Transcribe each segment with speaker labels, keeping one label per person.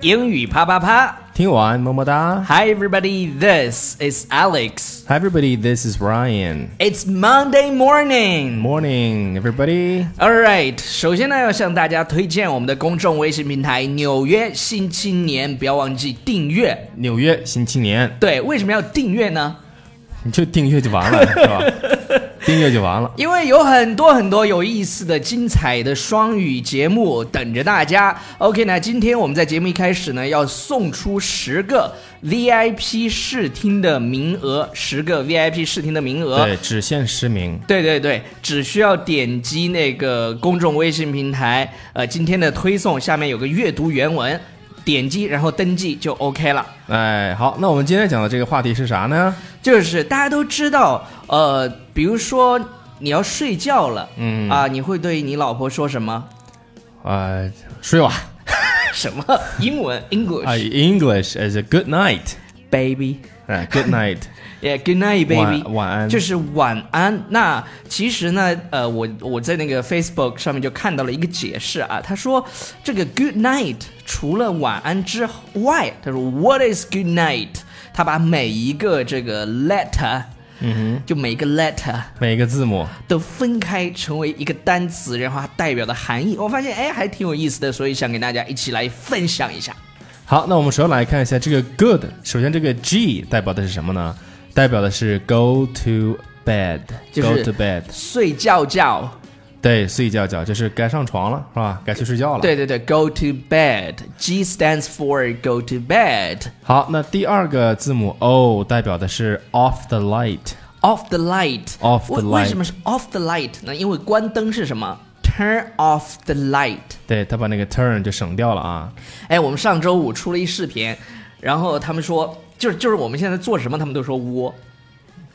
Speaker 1: 英语啪啪啪
Speaker 2: 听完么么哒。
Speaker 1: ！Hi everybody, this is Alex.
Speaker 2: Hi everybody, this is Ryan.
Speaker 1: It's Monday morning.
Speaker 2: Morning, everybody.
Speaker 1: All right，首先呢，要向大家推荐我们的公众微信平台《纽约新青年》，不要忘记订阅。
Speaker 2: 纽约新青年，
Speaker 1: 对，为什么要订阅呢？
Speaker 2: 你就订阅就完 了，是吧？订阅就完了。
Speaker 1: 因为有很多很多有意思的、精彩的双语节目等着大家。OK 那今天我们在节目一开始呢，要送出十个 VIP 试听的名额，十个 VIP 试听的名额。
Speaker 2: 对，只限实名。
Speaker 1: 对对对，只需要点击那个公众微信平台，呃，今天的推送下面有个阅读原文，点击然后登记就 OK 了。
Speaker 2: 哎，好，那我们今天讲的这个话题是啥呢？
Speaker 1: 就是大家都知道，呃，比如说你要睡觉了，嗯啊，你会对你老婆说什么？
Speaker 2: 呃，睡吧。
Speaker 1: 什么英文 English、
Speaker 2: 啊 English is a good night.
Speaker 1: baby。
Speaker 2: 哎，good night，
Speaker 1: Yeah, good night, baby.
Speaker 2: 晚晚安
Speaker 1: 就是晚安。那其实呢，呃，我我在那个 Facebook 上面就看到了一个解释啊，他说这个 good night 除了晚安之外，他说 what is good night？他把每一个这个 letter，嗯哼，就每一个 letter
Speaker 2: 每个字母。
Speaker 1: 都分开成为一个单词，然后它代表的含义，我发现哎还挺有意思的，所以想给大家一起来分享一下。
Speaker 2: 好，那我们首先来看一下这个 good。首先，这个 G 代表的是什么呢？代表的是 go to bed，、
Speaker 1: 就是
Speaker 2: go to bed。
Speaker 1: 睡觉觉。
Speaker 2: 对，睡觉觉就是该上床了，是吧？该去睡觉了。，
Speaker 1: 对对对，go to bed。G stands for go to bed。
Speaker 2: 好，那第二个字母 O 代表的是 off the light。
Speaker 1: Off the light。
Speaker 2: Off the
Speaker 1: 为
Speaker 2: light
Speaker 1: 为什么是 off the light 呢？因为关灯是什么？Turn off the light。
Speaker 2: 对他把那个 turn 就省掉了啊。
Speaker 1: 哎，我们上周五出了一视频，然后他们说，就是就是我们现在做什么，他们都说窝。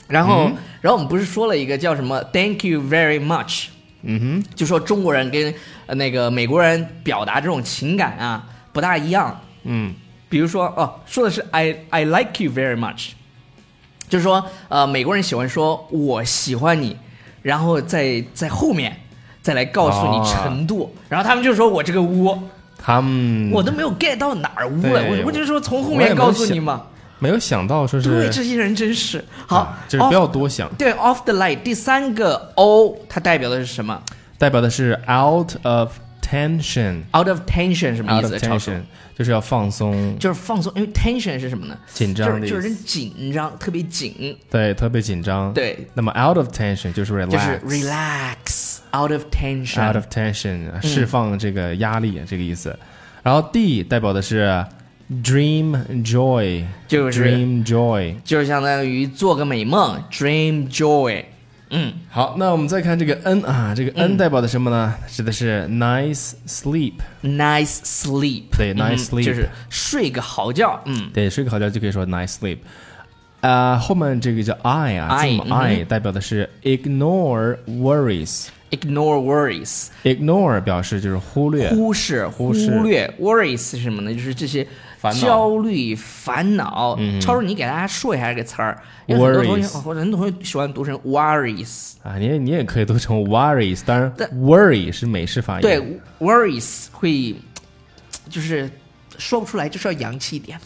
Speaker 1: 然后，
Speaker 2: 嗯
Speaker 1: 然后我们不是说了一个叫什么 “Thank you very much”，嗯哼，就说中国人跟呃那个美国人表达这种情感啊不大一样。
Speaker 2: 嗯，
Speaker 1: 比如说哦，说的是 I I like you very much，就是说呃，美国人喜欢说我喜欢你，然后在在后面再来告诉你
Speaker 2: 哦
Speaker 1: 程度，然后他们就说我这个窝，
Speaker 2: 他们
Speaker 1: 我都没有 get 到哪儿污了，
Speaker 2: 对
Speaker 1: 我我就说从后
Speaker 2: 我也
Speaker 1: 面
Speaker 2: 没
Speaker 1: 告
Speaker 2: 有
Speaker 1: 诉
Speaker 2: 想
Speaker 1: 你嘛。
Speaker 2: 没有想到说
Speaker 1: 对，
Speaker 2: 是
Speaker 1: 这些人真是好
Speaker 2: 啊，就是不
Speaker 1: off-
Speaker 2: 要多想。
Speaker 1: 对 off the light 第三个 O 它代表的是什么
Speaker 2: 代表的是 out of tension。
Speaker 1: ？out of tension 什么意
Speaker 2: out
Speaker 1: 思？
Speaker 2: of
Speaker 1: 超叔
Speaker 2: tension 就是要放松，
Speaker 1: 就是放松，因为 tension 是什么呢？
Speaker 2: 紧
Speaker 1: 就
Speaker 2: 张
Speaker 1: 是
Speaker 2: 的意
Speaker 1: 就是
Speaker 2: 思。
Speaker 1: 人紧张，特别紧。
Speaker 2: 对，特别紧张。
Speaker 1: 对，
Speaker 2: 那么 out of tension 就是 relax，
Speaker 1: 就是 relax out of tension。
Speaker 2: out of tension 释放这个压力、这个意思。然后 D 代表的是 dream joy，
Speaker 1: 就是
Speaker 2: dream joy。
Speaker 1: 就是相当于做个美梦，dream joy。
Speaker 2: 好，那我们再看这个 N 啊，这个 N 代表的什么呢？指的是 nice sleep，
Speaker 1: Nice sleep，
Speaker 2: 对
Speaker 1: 嗯
Speaker 2: nice sleep
Speaker 1: 就是睡个好觉。嗯，
Speaker 2: 对，睡个好觉就可以说 nice sleep。呃，后面这个叫 I 啊，字
Speaker 1: I，
Speaker 2: 母
Speaker 1: 嗯哼
Speaker 2: I 代表的是 ignore worries。
Speaker 1: ignore worries，
Speaker 2: ignore 表示就是忽略，
Speaker 1: 忽视、忽
Speaker 2: 视
Speaker 1: 略 worries 是什么呢？就是这些
Speaker 2: 烦恼嗯
Speaker 1: 焦虑、烦恼。超叔，你给大家说一下这个词儿，因为很多同学
Speaker 2: Worries
Speaker 1: 或者很多同学喜欢读成 worries。
Speaker 2: 啊，你也你也可以读成 worries，当然
Speaker 1: 但
Speaker 2: worry 是美式发音。
Speaker 1: 对，worries 会就是说不出来，就是要洋气一点。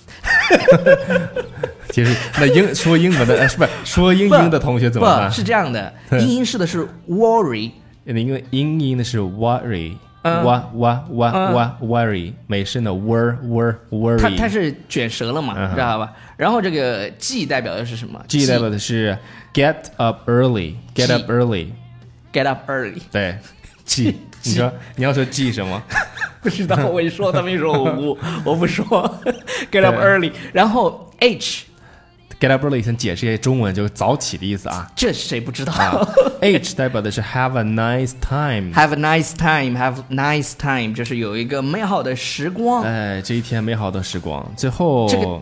Speaker 2: 其实那 英说英文的，呃，是不是说英英的同学怎么办啊
Speaker 1: 不？是这样 的，英音式的是 worry。
Speaker 2: 那个英音的是 worry，
Speaker 1: 嗯
Speaker 2: 哇哇哇哇 worry，美式呢 wor wor
Speaker 1: 它它
Speaker 2: worry。
Speaker 1: 是卷舌了嘛，
Speaker 2: 嗯哼
Speaker 1: 知道吧？然后这个 G 代表的是什么
Speaker 2: G 代表的是 get up early，get
Speaker 1: G
Speaker 2: up early，
Speaker 1: get up early。
Speaker 2: 对，G，你说你要说 G 什么？
Speaker 1: 不知道我一说他们一说我 不我不说 get up
Speaker 2: 对
Speaker 1: early。然后 H
Speaker 2: get up early 先解释一下中文，就是早起的意思 啊。
Speaker 1: 这谁不知道、
Speaker 2: 啊 H 代表的是 have a nice time，
Speaker 1: h a v e a nice time，have a nice time，就是有一个美好的时光。
Speaker 2: 哎，这一天美好的时光。最后，
Speaker 1: 这个啊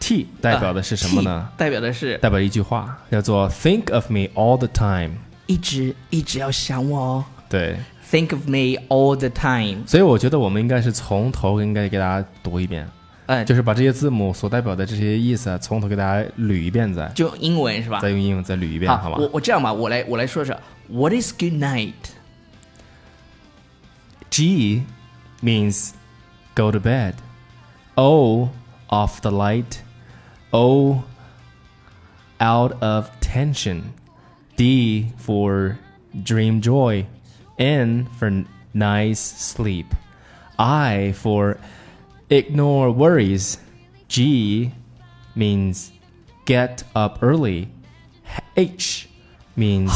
Speaker 2: T 代表的是什么呢？
Speaker 1: T 代表的是
Speaker 2: 代表一句话，叫做 "Think of me all the time"。
Speaker 1: 一直一直要想我哦
Speaker 2: 对，
Speaker 1: ，think of me all the time。
Speaker 2: 所以我觉得我们应该是从头应该给大家读一遍，
Speaker 1: 嗯，
Speaker 2: 就是把这些字母所代表的这些意思啊，从头给大家捋一遍再，
Speaker 1: 就英文是吧？
Speaker 2: 再用英文再捋一遍，好吧
Speaker 1: 啊我我这样吧，我来我来说说 What is good night？
Speaker 2: ？G means go to bed. O off the light, O out of tension, D for dream joy, N for nice sleep, I for ignore worries, G means get up early, H means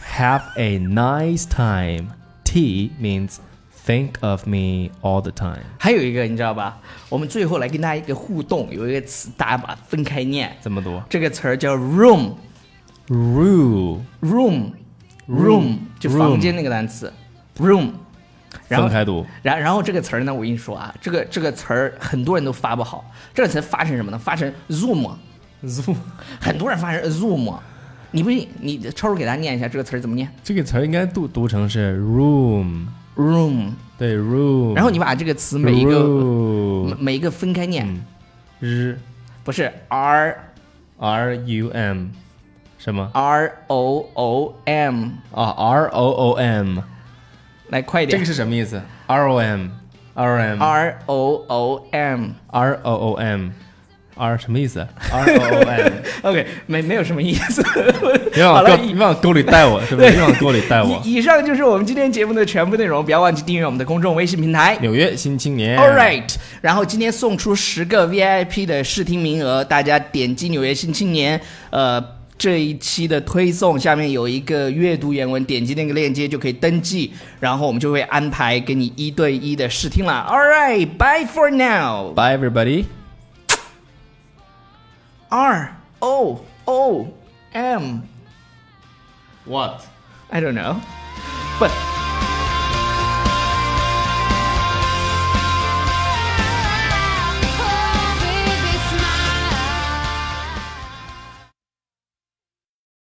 Speaker 2: have a nice time, T means think of me all the time.
Speaker 1: 还有一个你知道吧？我们最后来跟大家一个互动，有一个词大家把它分开念，
Speaker 2: 这么多
Speaker 1: 这个词儿叫 room
Speaker 2: rule
Speaker 1: room
Speaker 2: Room
Speaker 1: 就房间那个单词 room，然后
Speaker 2: 分开读，
Speaker 1: 然然后这个词儿呢，我跟你说啊，这个这个词儿很多人都发不好，这个词发成什么呢？发成 zoom，
Speaker 2: Zoom
Speaker 1: 很多人发成 zoom，你不信？你超叔给大家念一下这个词儿怎么念
Speaker 2: 这个词儿应该读读成是 room，
Speaker 1: ？room，
Speaker 2: 对 room，
Speaker 1: 然后你把这个词每一个每
Speaker 2: room
Speaker 1: 每一个分开念，
Speaker 2: r
Speaker 1: 不是 r
Speaker 2: r u m 什么
Speaker 1: r o o m，
Speaker 2: 啊 r o o m
Speaker 1: 来快一
Speaker 2: 这
Speaker 1: 点
Speaker 2: 个是什么意思？r o m r m
Speaker 1: ，r o o m。
Speaker 2: r o o m r 什么意思？r o o m，
Speaker 1: OK，没没有什么意思。
Speaker 2: 别
Speaker 1: 好
Speaker 2: 往
Speaker 1: 了
Speaker 2: 沟别往沟里带我，是不是？ 别往沟里带我。
Speaker 1: 以以上就是我们今天节目的全部内容，不要忘记订阅我们的公众微信平台。
Speaker 2: 纽约新青年
Speaker 1: All right，然后今天送出十个 VIP 的试听名额，大家点击《纽约新青年》呃这一期的推送，下面有一个阅读原文，点击那个链接就可以登记，然后我们就会安排给你一对一的试听了。All right，bye for now。
Speaker 2: ，Bye everybody。
Speaker 1: R O O M
Speaker 2: What？
Speaker 1: I don't know，but